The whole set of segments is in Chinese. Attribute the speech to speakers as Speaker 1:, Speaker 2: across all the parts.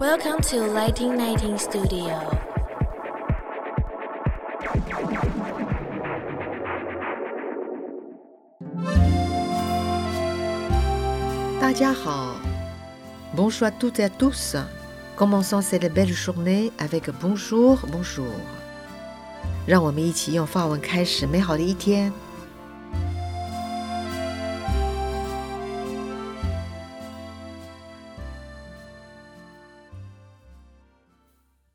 Speaker 1: Welcome to Lighting Nighting Studio.
Speaker 2: 大家好，Bonjour à toutes et à tous. Commençons cette belle journée avec bonjour, bonjour. 让我们一起用法文开始美好的一天。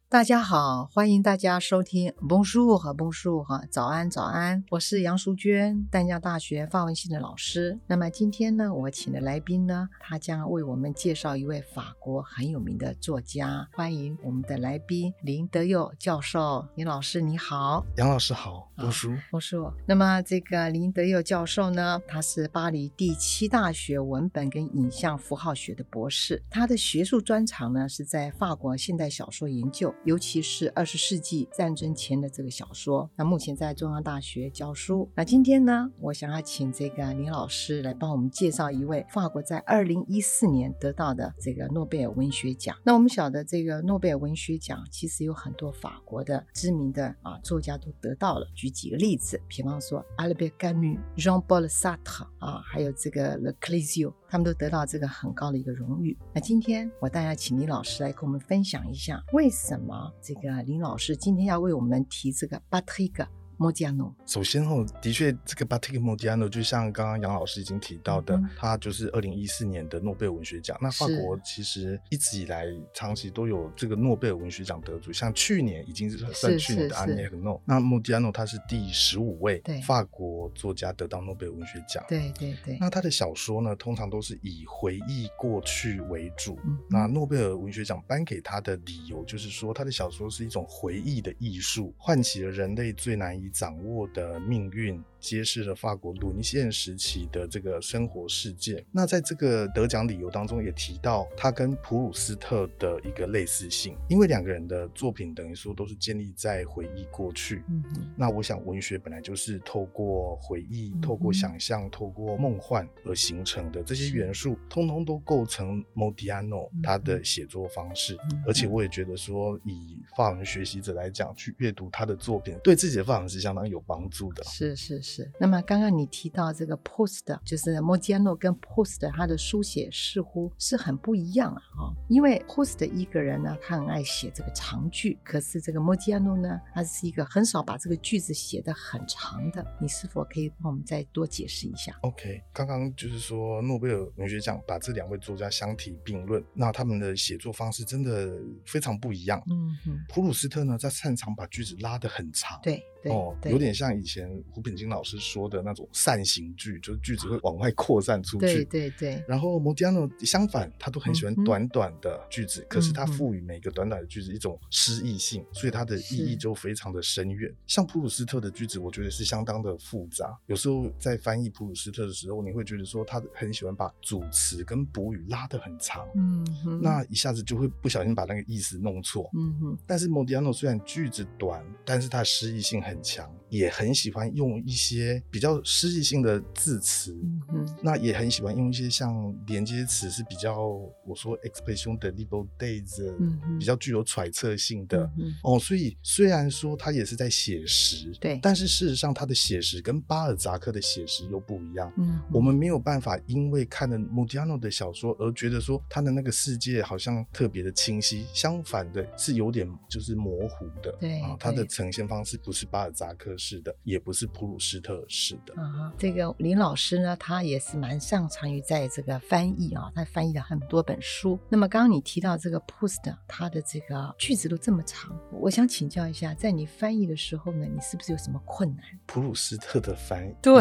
Speaker 2: 大家好，欢迎大家收听 Bonjour 和 Bonjour 哈，早安早安，我是杨淑娟，淡江大学法文系的老师。那么今天呢，我请的来宾呢，他将为我们介绍一位法国很有名的作家。欢迎我们的来宾林德佑教授，林老师你好。
Speaker 3: 杨老师好，
Speaker 2: 啊
Speaker 3: 我叔，
Speaker 2: 我说，那么这个林德佑教授呢，他是巴黎第七大学文本跟影像符号学的博士，他的学术专长呢是在法国现代小说研究，尤其是二十世纪战争前的这个小说。那目前在中央大学教书。那今天呢，我想要请这个林老师来帮我们介绍一位法国在二零一四年得到的这个诺贝尔文学奖。那我们晓得这个诺贝尔文学奖其实有很多法国的知名的啊作家都得到了。举几个例子，比方说 Albert Camus、Jean-Paul Sartre 啊，还有这个 Le Clisio，他们都得到这个很高的一个荣誉。那今天我当然要请林老师来跟我们分享一下，为什么这个林老师今天要为我们提这个 Patrick Modiano？
Speaker 3: 首先哦，的确，这个 Batik Modiano 就像刚刚杨老师已经提到的，
Speaker 2: 嗯
Speaker 3: 他就是二零一四年的诺贝尔文学奖。那法
Speaker 2: 是
Speaker 3: 国其实一直以来长期都有这个诺贝尔文学奖得主，像去年已经是算
Speaker 2: 是
Speaker 3: 去年
Speaker 2: 是
Speaker 3: 的安
Speaker 2: 是
Speaker 3: 涅和诺。那 Modiano 他是第十五位
Speaker 2: 对
Speaker 3: 法国作家得到诺贝尔文学奖。
Speaker 2: 对对对，
Speaker 3: 那他的小说呢，通常都是以回忆过去为主。
Speaker 2: 嗯
Speaker 3: 那诺贝尔文学奖颁给他的理由，就是说他的小说是一种回忆的艺术，唤起了人类最难以掌握的命运，揭示了法国沦陷时期的这个生活世界。那在这个得奖理由当中，也提到他跟普鲁斯特的一个类似性，因为两个人的作品等于说都是建立在回忆过去。
Speaker 2: 嗯哼
Speaker 3: 那我想，文学本来就是透过回忆、透过
Speaker 2: 嗯哼
Speaker 3: 想象、透过梦幻而形成的，这些
Speaker 2: 是
Speaker 3: 元素通通都构成 Modiano
Speaker 2: 嗯
Speaker 3: 他的写作方式。
Speaker 2: 嗯
Speaker 3: 而且我也觉得说，以法文学习者来讲，去阅读他的作品，对自己的法文是相当有帮助的。
Speaker 2: 是是是。那么刚刚你提到这个 post，就是莫吉安诺跟 post 他的书写似乎是很不一样啊、哦，因为 post 一个人呢，他很爱写这个长句，可是这个莫吉安诺呢，他是一个很少把这个句子写得很长的。你是否可以帮我们再多解释一下？
Speaker 3: OK，刚刚就是说诺贝尔文学奖把这两位作家相提并论，那他们的写作方式真的非常不一样。
Speaker 2: 嗯哼，
Speaker 3: 普鲁斯特呢，在擅长把句子拉得很长，
Speaker 2: 对对、
Speaker 3: 哦，
Speaker 2: 对，
Speaker 3: 有点像以前胡品清老师说的那种扇形句，就是句子会往外扩散出去。
Speaker 2: 对对对，
Speaker 3: 然后摩迪安诺相反，他都很喜欢
Speaker 2: 嗯哼
Speaker 3: 短短的句子，可是他
Speaker 2: 嗯哼
Speaker 3: 赋予每个短短的句子一种诗意性，所以它的意义
Speaker 2: 是
Speaker 3: 就非常的深远。像普鲁斯特的句子，我觉得是相当的复杂。有时候在翻译普鲁斯特的时候，你会觉得说他很喜欢把主词跟补语拉得很长，
Speaker 2: 嗯哼，
Speaker 3: 那一下子就会不小心把那个意思弄错。
Speaker 2: 嗯哼，
Speaker 3: 但是蒙迪安诺虽然句子短，但是他诗意性很强，也很喜欢用一些比较诗意性的字词。
Speaker 2: 嗯哼，
Speaker 3: 那也很喜欢用一些像连接词是比较我说 expression de libre days，、
Speaker 2: 嗯哼
Speaker 3: 比较具有揣测性的、
Speaker 2: 嗯哼
Speaker 3: 哦。所以虽然说他也是在写实，
Speaker 2: 对
Speaker 3: 但是事实上他的写实跟巴尔扎克的写实又不一样。
Speaker 2: 嗯哼，
Speaker 3: 我们没有办法因为看了穆迪安诺的小说而觉得说他的那个世界好像特别的清晰，相反的是有点就是模糊的。
Speaker 2: 对
Speaker 3: 啊，他的
Speaker 2: 对
Speaker 3: 呈现方式不是巴尔扎克式的，也不是普鲁斯特式的。
Speaker 2: 啊哈，这个林老师呢，他也是蛮擅长于在这个翻译啊，他翻译了很多本书。那么刚刚你提到这个 post，它的这个句子都这么长，我想请教一下，在你翻译的时候呢，你是不是有什么困难？
Speaker 3: 普鲁斯特的翻译，
Speaker 2: 对，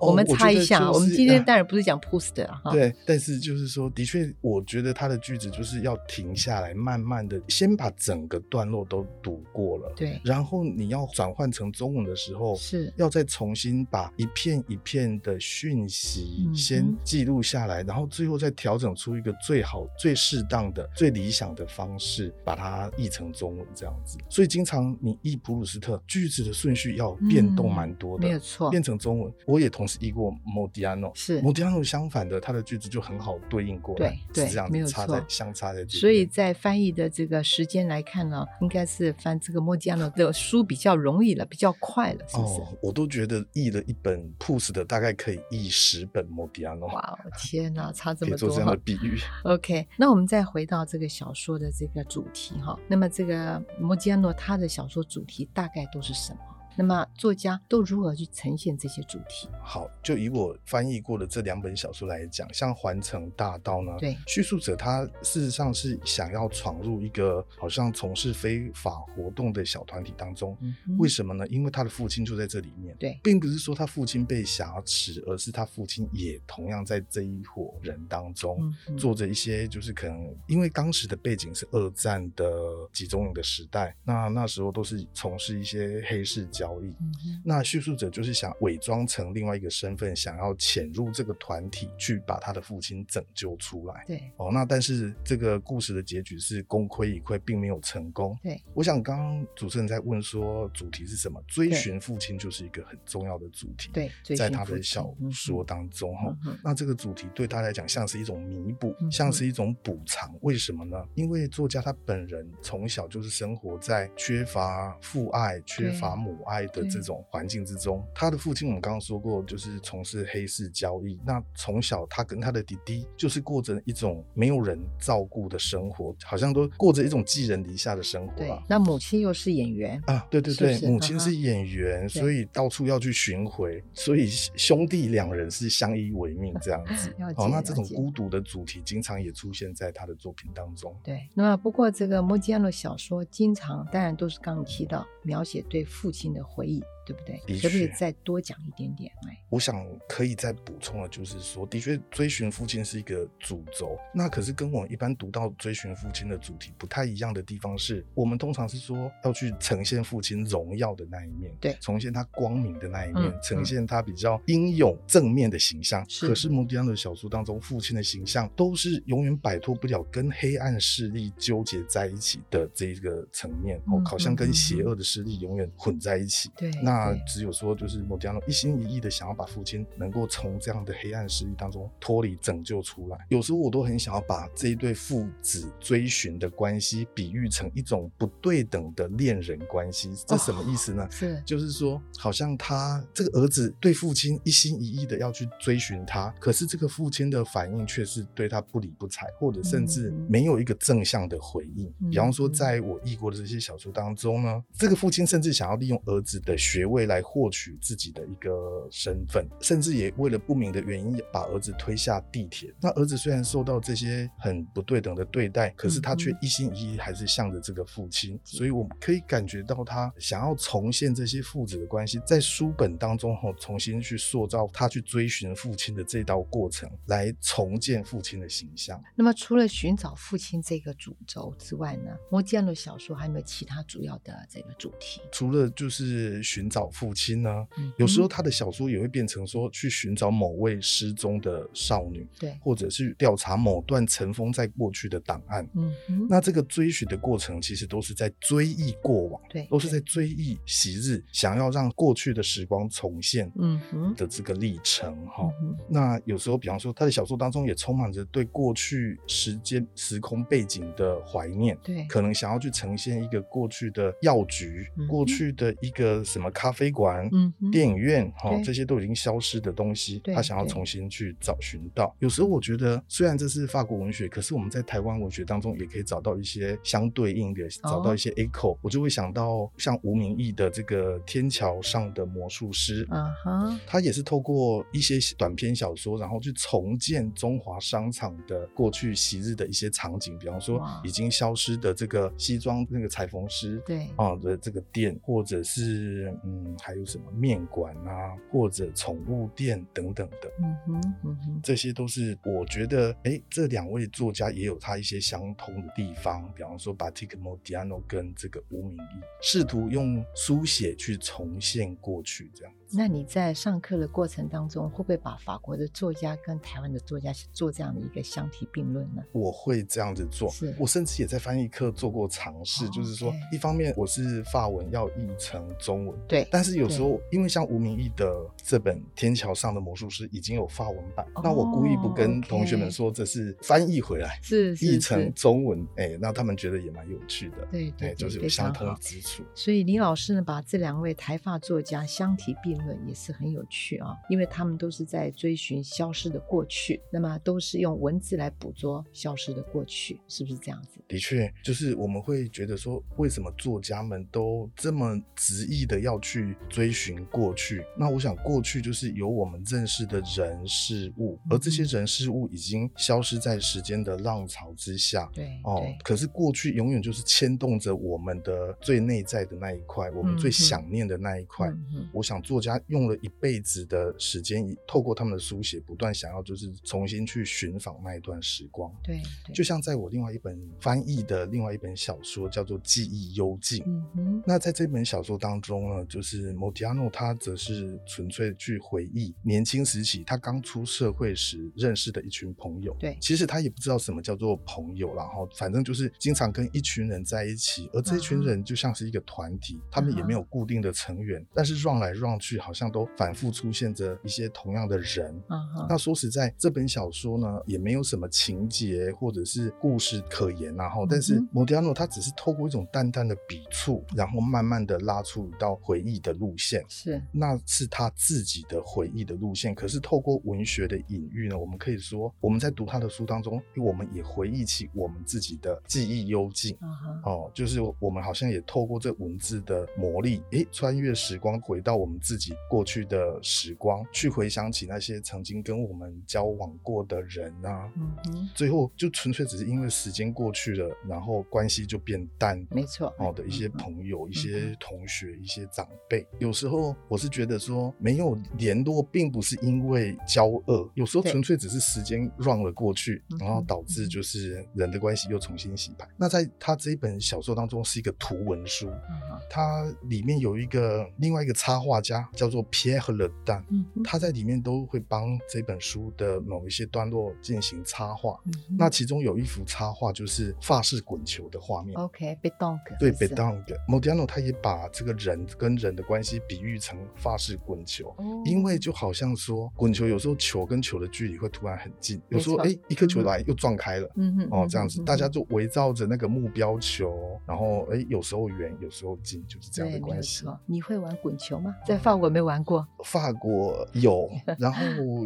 Speaker 3: 哦
Speaker 2: 我们
Speaker 3: 我
Speaker 2: 猜
Speaker 3: 觉
Speaker 2: 一
Speaker 3: 得
Speaker 2: 下，
Speaker 3: 就是
Speaker 2: 我们今天
Speaker 3: 啊
Speaker 2: 当然不是讲 post 啊，哈，
Speaker 3: 对，但是就是说，的确，我觉得他的句子就是要停下来，慢慢的先把整个段落都读过了。
Speaker 2: 对
Speaker 3: 然后你要转换换成中文的时候，
Speaker 2: 是
Speaker 3: 要再重新把一片一片的讯息
Speaker 2: 嗯哼
Speaker 3: 先记录下来，然后最后再调整出一个最好、最适当的、最理想的方式，把它译成中文这样子。所以经常你译普鲁斯特句子的顺序要变动蛮多的，
Speaker 2: 嗯没有错，
Speaker 3: 变成中文。我也同时译过莫迪安诺，
Speaker 2: 是
Speaker 3: 莫迪安诺相反的，它的句子就很好对应过来，
Speaker 2: 对
Speaker 3: 是这样
Speaker 2: 对没有
Speaker 3: 子插在
Speaker 2: 错
Speaker 3: 相差在这边。
Speaker 2: 所以在翻译的这个时间来看呢，应该是翻这个莫吉亚诺的书比较容易了，比较快了，是不是？
Speaker 3: 哦，我都觉得译了一本 Puss 的，大概可以译十本莫迪安诺。
Speaker 2: 哇哦，天哪，差这
Speaker 3: 可以
Speaker 2: 么多
Speaker 3: 做这样
Speaker 2: 哈
Speaker 3: 的比喻，
Speaker 2: OK，那我们再回到这个小说的这个主题哈。那么这个莫吉亚诺他的小说主题大概都是什么？那么作家都如何去呈现这些主题？
Speaker 3: 好，就以我翻译过的这两本小说来讲，像《环城大道》呢，
Speaker 2: 对
Speaker 3: 叙述者他事实上是想要闯入一个好像从事非法活动的小团体当中。
Speaker 2: 嗯，
Speaker 3: 为什么呢？因为他的父亲就在这里面。
Speaker 2: 对
Speaker 3: 并不是说他父亲被挟持，而是他父亲也同样在这一伙人当中。
Speaker 2: 嗯哼
Speaker 3: 做着一些就是可能因为当时的背景是二战的集中营的时代，那那时候都是从事一些黑市交易。
Speaker 2: 嗯哼
Speaker 3: 那叙述者就是想伪装成另外一个身份，想要潜入这个团体去把他的父亲拯救出来。
Speaker 2: 对
Speaker 3: 哦，那但是这个故事的结局是功亏一篑，并没有成功。
Speaker 2: 对，
Speaker 3: 我想刚刚主持人在问说主题是什么，追
Speaker 2: 对
Speaker 3: 寻父亲就是一个很重要的主题。
Speaker 2: 对，最
Speaker 3: 在
Speaker 2: 幸
Speaker 3: 他
Speaker 2: 福
Speaker 3: 的
Speaker 2: 期
Speaker 3: 小说，当中哈、
Speaker 2: 嗯哼
Speaker 3: 那这个主题对他来讲像是一种弥补，
Speaker 2: 嗯
Speaker 3: 像是一种补偿。为什么呢？因为作家他本人从小就是生活在缺乏父爱、缺乏母爱的
Speaker 2: 对
Speaker 3: 这种环境之中。他的父亲我们刚刚说过，就是从事黑市交易。那从小他跟他的弟弟就是过着一种没有人照顾的生活，好像都过着一种寄人篱下的生活
Speaker 2: 对
Speaker 3: 吧。，
Speaker 2: 那母亲又是演员，
Speaker 3: 啊，对对
Speaker 2: 是不
Speaker 3: 对，
Speaker 2: 是
Speaker 3: 母
Speaker 2: 嗯
Speaker 3: 亲
Speaker 2: 哼
Speaker 3: 是演员，所以到处要去巡回，所以兄弟两人是相依为命这样子
Speaker 2: 了。
Speaker 3: 好、
Speaker 2: 解
Speaker 3: 哦那
Speaker 2: 了
Speaker 3: 这种
Speaker 2: 解
Speaker 3: 孤独的主题经常也出现在他的作品当中。
Speaker 2: 对，那么不过这个莫吉亚诺小说经常，当然都是刚刚提到描写对父亲的回忆，对不对？
Speaker 3: 的
Speaker 2: 可不可以
Speaker 3: 确
Speaker 2: 再多讲一点点？哎，
Speaker 3: 我想可以再补充的，就是说，的确追寻父亲是一个主轴，那可是跟我们一般读到追寻父亲的主题不太一样的地方是，我们通常是说要去呈现父亲荣耀的那一面，
Speaker 2: 对
Speaker 3: 呈现他光明的那一面，
Speaker 2: 嗯
Speaker 3: 呈现他比较英勇正面的形象。
Speaker 2: 是
Speaker 3: 可是蒙迪安的小说当中，父亲的形象都是永远摆脱不了跟黑暗势力纠结在一起的这个层面，哦
Speaker 2: 嗯，
Speaker 3: 好像
Speaker 2: 嗯
Speaker 3: 跟
Speaker 2: 嗯
Speaker 3: 邪恶的势力永远混在一起。
Speaker 2: 对，
Speaker 3: 那
Speaker 2: 嗯对
Speaker 3: 只有说，就是莫迪亚诺一心一意的想要把父亲能够从这样的黑暗势力当中脱离、拯救出来。有时候我都很想要把这一对父子追寻的关系比喻成一种不对等的恋人关系，这什么意思呢？
Speaker 2: 是
Speaker 3: 就是说，好像他这个儿子对父亲一心一意的要去追寻他，可是这个父亲的反应却是对他不理不睬，或者甚至
Speaker 2: 嗯
Speaker 3: 没有一个正向的回应。
Speaker 2: 嗯
Speaker 3: 比方说，在我译过的这些小说当中呢，这个父亲甚至想要利用儿子的学位来获取自己的一个身份，甚至也为了不明的原因把儿子推下地铁。那儿子虽然受到这些很不对等的对待，可是他
Speaker 2: 嗯
Speaker 3: 却
Speaker 2: 哼
Speaker 3: 一心一意还是向着这个父亲，所以我们可以感觉到他想要重现这些父子的关系，在书本当中吼、重新去塑造他去追寻父亲的这道过程，来重建父亲的形象。
Speaker 2: 那么除了寻找父亲这个主轴之外呢，摩吉亚诺小说还有没有其他主要的这个主题？嗯
Speaker 3: 除了就是寻找父亲呢，有时候他的小说也会变成说去寻找某位失踪的少女，
Speaker 2: 对，
Speaker 3: 或者是调查某段尘封在过去的档案。
Speaker 2: 嗯哼，
Speaker 3: 那这个追寻的过程，其实都是在追忆过往。
Speaker 2: 对，
Speaker 3: 都是
Speaker 2: 对
Speaker 3: 在追忆昔日，想要让过去的时光重现
Speaker 2: 嗯哼，
Speaker 3: 的这个历程哈。
Speaker 2: 嗯哼
Speaker 3: 那有时候，比方说他的小说当中也充满着对过去时间、时空背景的怀念。
Speaker 2: 对，
Speaker 3: 可能想要去呈现一个过去的药局、
Speaker 2: 嗯哼
Speaker 3: 过去的一个什么咖啡馆、
Speaker 2: 嗯哼，
Speaker 3: 电影院，哈、
Speaker 2: 对
Speaker 3: 这些都已经消失的东西，
Speaker 2: 对
Speaker 3: 他想要
Speaker 2: 对
Speaker 3: 重新去找寻到。有时候我觉得，虽然这是法国文学，可是我们在台湾文学当中也可以找到一些相对应的，找
Speaker 2: 哦
Speaker 3: 到一些 echo。我就会想到像吴明义的这个《天桥上的魔术师》
Speaker 2: 啊哈，
Speaker 3: 他也是透过一些短篇小说，然后去重建中华商场的过去昔日的一些场景，比方说
Speaker 2: 哇
Speaker 3: 已经消失的这个西装那个裁缝师，
Speaker 2: 对，
Speaker 3: 啊的这个店，或者是嗯嗯，还有什么面馆啊，或者宠物店等等的。
Speaker 2: 嗯哼，嗯哼，
Speaker 3: 这些都是我觉得，哎，这两位作家也有他一些相通的地方，比方说把 t i c m o d i a n o 跟这个吴明义试图用书写去重现过去，这样。
Speaker 2: 那你在上课的过程当中，会不会把法国的作家跟台湾的作家去做这样的一个相提并论呢？
Speaker 3: 我会这样子做
Speaker 2: 是，
Speaker 3: 我甚至也在翻译课做过尝试，
Speaker 2: 哦
Speaker 3: 就是说
Speaker 2: OK，
Speaker 3: 一方面我是法文要译成中文，
Speaker 2: 对，
Speaker 3: 但是有时候，因为像吴明义的这本《天桥上的魔术师》已经有法文版，
Speaker 2: 哦
Speaker 3: 那我故意不跟同学们
Speaker 2: OK
Speaker 3: 说这是翻译回来，
Speaker 2: 是是
Speaker 3: 译
Speaker 2: 是
Speaker 3: 成中文，哎、那他们觉得也蛮有趣的，
Speaker 2: 对
Speaker 3: 哎、
Speaker 2: 对，
Speaker 3: 就
Speaker 2: 对
Speaker 3: 是有
Speaker 2: 非
Speaker 3: 相
Speaker 2: 常
Speaker 3: 通
Speaker 2: 好。
Speaker 3: 之处。
Speaker 2: 所以李老师呢，把这两位台发作家相提并论也是很有趣啊，因为他们都是在追寻消失的过去，那么都是用文字来捕捉消失的过去，是不是这样子？
Speaker 3: 的确，就是我们会觉得说，为什么作家们都这么执意的要去追寻过去？那我想，过去就是有我们认识的人事物，而这些
Speaker 2: 嗯
Speaker 3: 人事物已经消失在时间的浪潮之下。
Speaker 2: 对，
Speaker 3: 哦
Speaker 2: 对，
Speaker 3: 可是过去永远就是牵动着我们的最内在的那一块，我们
Speaker 2: 嗯
Speaker 3: 最
Speaker 2: 嗯
Speaker 3: 想念的那一块。
Speaker 2: 嗯嗯
Speaker 3: 我想作家用了一辈子的时间，透过他们的书写，不断想要就是重新去寻访那一段时光。
Speaker 2: 对，对
Speaker 3: 就像在我另外一本翻译的另外一本小说叫做《记忆幽禁》。
Speaker 2: 嗯哼，
Speaker 3: 那在这本小说当中呢，就是莫迪亚诺他则是纯粹去回忆年轻时期他刚出社会时认识的一群朋友。
Speaker 2: 对
Speaker 3: 其实他也不知道什么叫做朋友啦，然后反正就是经常跟一群人在一起，而这一
Speaker 2: 嗯
Speaker 3: 群人就像是一个团体，他们也没有固定的成员，但是 run 来 run 去，好像都反复出现着一些同样的人。
Speaker 2: 啊哈，
Speaker 3: 那说实在，这本小说呢也没有什么情节或者是故事可言、然后但是
Speaker 2: 嗯哼
Speaker 3: 摩迪亚诺他只是透过一种淡淡的笔触，然后慢慢的拉出一道回忆的路线。
Speaker 2: 是
Speaker 3: 那是他自己的回忆的路线，可是透过文学的隐喻呢，我们可以说，我们在读他的书当中，我们也回忆起我们自己的记忆幽径。
Speaker 2: 啊哈，
Speaker 3: 哦，就是我们好像也透过这文字的魔力，诶，穿越时光，回到我们自己过去的时光，去回想起那些曾经跟我们交往过的人啊。
Speaker 2: 嗯哼，
Speaker 3: 最后就纯粹只是因为时间过去了，然后关系就变淡，
Speaker 2: 没错，
Speaker 3: 哦的一些
Speaker 2: 嗯嗯
Speaker 3: 朋友、一些同学、一些长辈。有时候我是觉得说，没有联络，并不是因为交恶，有时候
Speaker 2: 对
Speaker 3: 纯粹只是时间 run 了过去
Speaker 2: 嗯，哼
Speaker 3: 然后导致就是人的关系又重新洗牌。那在他这一本小说当中是一个图文书，
Speaker 2: 啊哈，
Speaker 3: 它里面有一个另外一个插画家叫做 Pierre Le Dan。
Speaker 2: 嗯哼，
Speaker 3: 他在里面都会帮这本书的某一些段落进行插画，
Speaker 2: 嗯哼
Speaker 3: 那其中有一幅插画就是法式滚球的画面，
Speaker 2: OK 被 dunk
Speaker 3: 对
Speaker 2: 是不是
Speaker 3: Bedong Modiano，他也把这个人跟人的关系比喻成法式滚球。
Speaker 2: 哦
Speaker 3: 因为就好像说，滚球有时候球跟球的距离会突然很近，有时候
Speaker 2: 没错
Speaker 3: 哎、诶一颗球来又撞开了，
Speaker 2: 嗯哼
Speaker 3: 哦
Speaker 2: 嗯
Speaker 3: 这样
Speaker 2: 哼
Speaker 3: 子，
Speaker 2: 嗯
Speaker 3: 大家
Speaker 2: 哼
Speaker 3: 就围绕着那个目标球，然后哎、诶有时候远，有时候近，就是这样的
Speaker 2: 对，没有
Speaker 3: 关系。哦
Speaker 2: 错。你会玩滚球吗？在法国没玩过。
Speaker 3: 法国 有，然后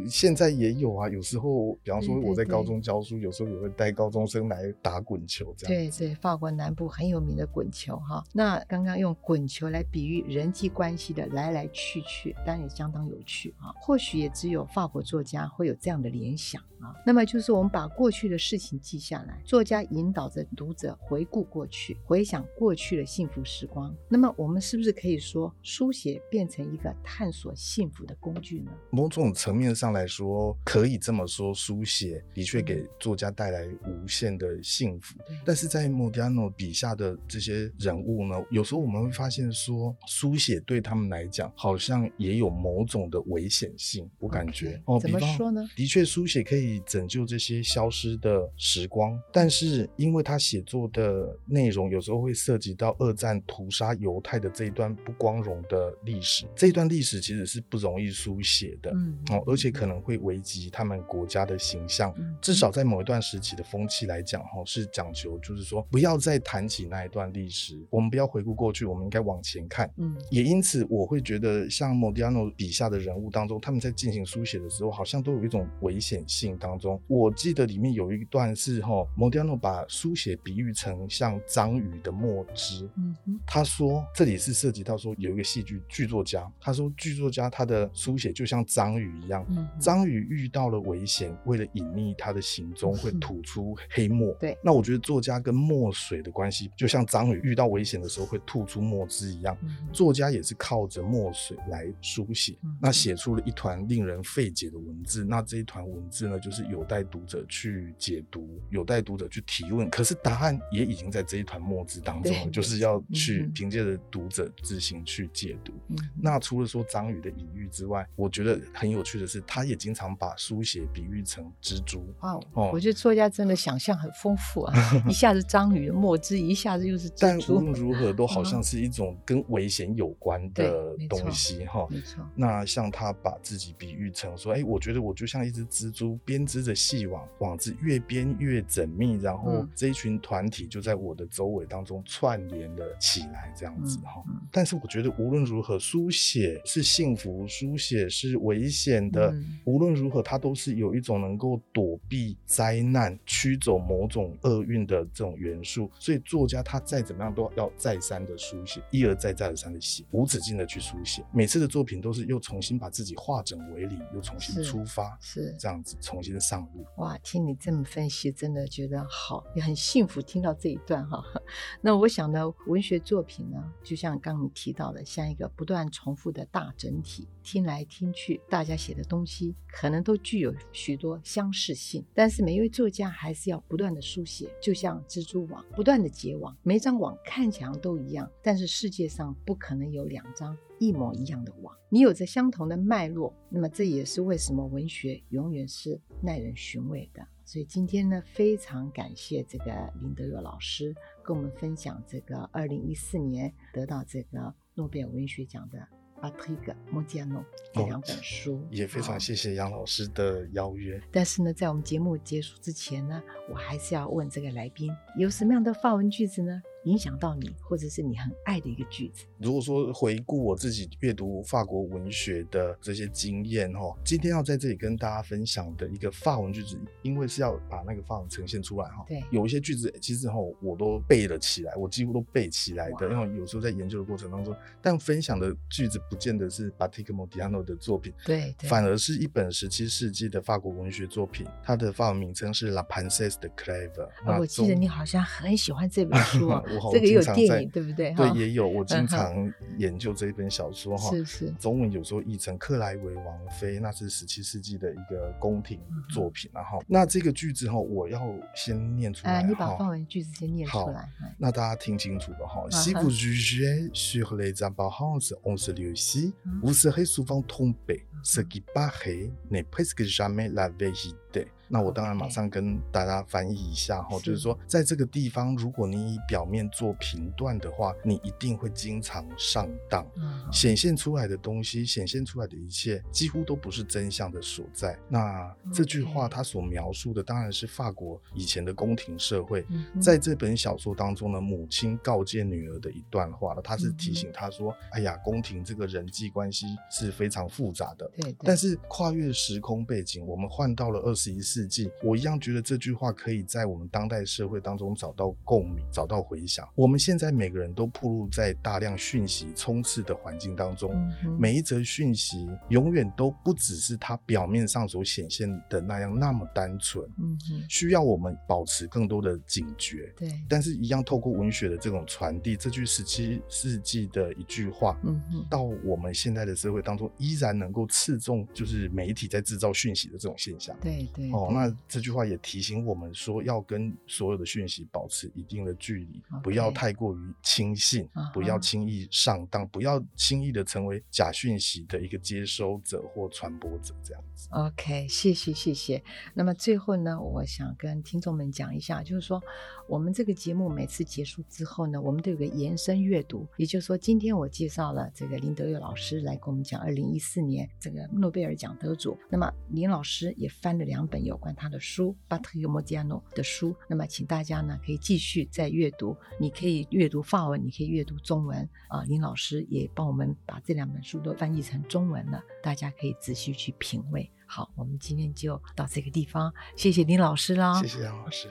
Speaker 3: 现在也有啊。有时候，比方说
Speaker 2: 对对
Speaker 3: 我在高
Speaker 2: 对
Speaker 3: 中教书，有时候也会带高中生来打滚球这样。
Speaker 2: 对对，法国南部很有名的滚球哈。那刚刚用滚球来比喻人际关系的来来去去，当然也相当有趣啊。或许也只有法国作家会有这样的联想啊。那么就是我们把过去的事情记下来，作家引导着读者回顾过去，回想过去的幸福时光。那么我们是不是可以说，书写变成一个探索幸福的工具呢？
Speaker 3: 某种层面上来说，可以这么说，书写的确给
Speaker 2: 嗯
Speaker 3: 作家带来无限的幸福。但是在莫迪亚诺笔下的这些人物呢，有时候我们会发现说，书写对他们来讲好像也有某种的危险性。我感觉哦
Speaker 2: OK，怎哦么说呢？
Speaker 3: 的确，书写可以拯救这些消失的时光，但是因为他写作的内容有时候会涉及到二战屠杀犹太的这一段不光荣的历史，这一段历史其实是不容易书写的。
Speaker 2: 嗯
Speaker 3: 哦，而且可能会危及他们国家的形象
Speaker 2: 嗯，
Speaker 3: 至少在某一段时期的风气来讲，哈、是讲求就是说，不要再谈起那一段历史，我们不要回顾过去，我们应该往前看。
Speaker 2: 嗯
Speaker 3: 也因此，我会觉得像莫迪亚诺笔下的人物当中，他们在进行书写的时候，好像都有一种危险性当中。我记得里面有一段是哈，莫迪亚诺把书写比喻成像章鱼的墨汁，
Speaker 2: 嗯哼
Speaker 3: 他说这里是涉及到说有一个戏剧剧作家，他说剧作家他的书写就像章鱼一样。
Speaker 2: 嗯哼，
Speaker 3: 章鱼遇到了危险，为了隐匿它的行踪，会吐出黑墨。
Speaker 2: 对
Speaker 3: 那我觉得作家跟墨水的关系，就像章鱼遇到危险的时候会吐出墨汁一样。
Speaker 2: 嗯哼
Speaker 3: 作作家也是靠着墨水来书写
Speaker 2: 嗯，
Speaker 3: 那写出了一团令人费解的文字。那这一团文字呢，就是有待读者去解读，有待读者去提问。可是答案也已经在这一团墨汁当中了，
Speaker 2: 对
Speaker 3: 就是要去
Speaker 2: 嗯哼
Speaker 3: 凭借着读者自行去解读。
Speaker 2: 嗯
Speaker 3: 那除了说章鱼的隐喻之外，我觉得很有趣的是，他也经常把书写比喻成蜘蛛。
Speaker 2: 哇哦，
Speaker 3: 哦
Speaker 2: 我觉得作家真的想象很丰富啊， 一下子章鱼、墨汁，一下子又是
Speaker 3: 但
Speaker 2: 蜘
Speaker 3: 无论
Speaker 2: 蛛，
Speaker 3: 如何，都好
Speaker 2: 嗯
Speaker 3: 像是一种跟危险有关的
Speaker 2: 对没错
Speaker 3: 东西哈。
Speaker 2: 没错，
Speaker 3: 那像他把自己比喻成说，哎、我觉得我就像一只蜘蛛，编织着细网，网子越编越缜密，然后
Speaker 2: 嗯
Speaker 3: 这一群团体就在我的周围当中串联了起来，这样子
Speaker 2: 嗯
Speaker 3: 哈。
Speaker 2: 嗯
Speaker 3: 但是我觉得无论如何，书写是幸福，书写是危险的。
Speaker 2: 嗯
Speaker 3: 无论如何，它都是有一种能够躲避灾难、驱走某种厄运的这种元素。所以作家他再怎么样都要再三的书写，一而再、再而三的写，无止境的去书写。每次的作品都是又重新把自己化整为零，又重新
Speaker 2: 是
Speaker 3: 出发，
Speaker 2: 是
Speaker 3: 这样子重新上路。
Speaker 2: 哇，听你这么分析，真的觉得好，也很幸福。听到这一段哈， 那我想呢，文学作品呢，就像刚刚你提到的，像一个不断重复的大整体，听来听去，大家写的东西可能都具有许多相似性，但是每一位作家还是要不断的书写，就像蜘蛛网不断的结网，每张网看起来都一样，但是世界上不可能有两张一模一样的网，你有着相同的脉络，那么这也是为什么文学永远是耐人寻味的。所以今天呢，非常感谢这个林德佑老师跟我们分享这个二零一四年得到这个诺贝尔文学奖的《巴特克莫吉亚诺》这
Speaker 3: 哦
Speaker 2: 两本书，
Speaker 3: 也非
Speaker 2: 好
Speaker 3: 常谢谢杨老师的邀约。
Speaker 2: 但是呢，在我们节目结束之前呢，我还是要问这个来宾，有什么样的法文句子呢，影响到你，或者是你很爱的一个句子？
Speaker 3: 如果说回顾我自己阅读法国文学的这些经验哈，今天要在这里跟大家分享的一个法文句子，因为是要把那个法文呈现出来哈。
Speaker 2: 对
Speaker 3: 有一些句子其实哈我都背了起来，我几乎都背起来的，
Speaker 2: 哇
Speaker 3: 因为有时候在研究的过程当中，但分享的句子不见得是 b a t i c m o d i a n o 的作品，
Speaker 2: 对
Speaker 3: 反而是一本十七世纪的法国文学作品，它的法文名称是 La Princesse de Clèves
Speaker 2: 啊
Speaker 3: 那
Speaker 2: 我记得
Speaker 3: 呃中
Speaker 2: 你好像很喜欢这本 书啊
Speaker 3: 我好
Speaker 2: 这个有
Speaker 3: 经常
Speaker 2: 电
Speaker 3: 在
Speaker 2: 影对不对哈
Speaker 3: 对，也有。我
Speaker 2: 嗯哼
Speaker 3: 经常研究这一本小说哈。
Speaker 2: 嗯是是
Speaker 3: 中文有时候译成克莱维王妃，那是十七世纪的一个宫廷作品然后、那这个句子哈，我要先念出
Speaker 2: 啊、
Speaker 3: 来
Speaker 2: 你把
Speaker 3: 哈
Speaker 2: 法文句子先念出
Speaker 3: 好
Speaker 2: 来。哎
Speaker 3: 那大家听清楚了哈。
Speaker 2: 嗯哼
Speaker 3: Si vous jugez sur les apparences, on se lie aussi.
Speaker 2: 嗯
Speaker 3: Vous serez souvent trompé. Ce qui paraît n'est presque jamais la vérité. 那我当然
Speaker 2: OK
Speaker 3: 马上跟大家翻译一下哈，
Speaker 2: 是
Speaker 3: 就是说，在这个地方，如果你以表面做评断的话，你一定会经常上当。
Speaker 2: 嗯
Speaker 3: 显现出来的东西，显现出来的一切，几乎都不是真相的所在。那这句话
Speaker 2: 嗯 OK
Speaker 3: 它所描述的，当然是法国以前的宫廷社会。
Speaker 2: 嗯哼
Speaker 3: 在这本小说当中呢，母亲告诫女儿的一段话了，她是提
Speaker 2: 嗯
Speaker 3: 醒她说：“哎呀，宫廷这个人际关系是非常复杂的。”
Speaker 2: 对对，
Speaker 3: 但是跨越时空背景，我们换到了二十一世纪，我一样觉得这句话可以在我们当代社会当中找到共鸣，找到回响。我们现在每个人都暴露在大量讯息充斥的环境当中，
Speaker 2: 嗯哼
Speaker 3: 每一则讯息永远都不只是它表面上所显现的那样那么单纯，
Speaker 2: 嗯哼
Speaker 3: 需要我们保持更多的警觉。
Speaker 2: 对
Speaker 3: 但是，一样透过文学的这种传递，这句十七世纪的一句话，
Speaker 2: 嗯哼
Speaker 3: 到我们现在的社会当中，依然能够刺中就是媒体在制造讯息的这种现象。
Speaker 2: 对对
Speaker 3: 哦，
Speaker 2: 对
Speaker 3: 那这句话也提醒我们说，要跟所有的讯息保持一定的距离
Speaker 2: OK
Speaker 3: 不要太过于轻信
Speaker 2: 啊哈
Speaker 3: 不要轻易上当，不要轻易的成为假讯息的一个接收者或传播者这样子。
Speaker 2: OK，谢谢谢谢。那么最后呢，我想跟听众们讲一下，就是说我们这个节目每次结束之后呢，我们都有个延伸阅读，也就是说，今天我介绍了这个林德佑老师来跟我们讲二零一四年这个诺贝尔奖得主，那么林老师也翻了两本有关他的书，巴特尤莫迪亚诺的书。那么请大家呢可以继续再阅读，你可以阅读法文，你可以阅读中文啊、林老师也帮我们把这两本书都翻译成中文了，大家可以仔细去品味。好，我们今天就到这个地方，谢谢林老师啦，
Speaker 3: 谢谢杨老师。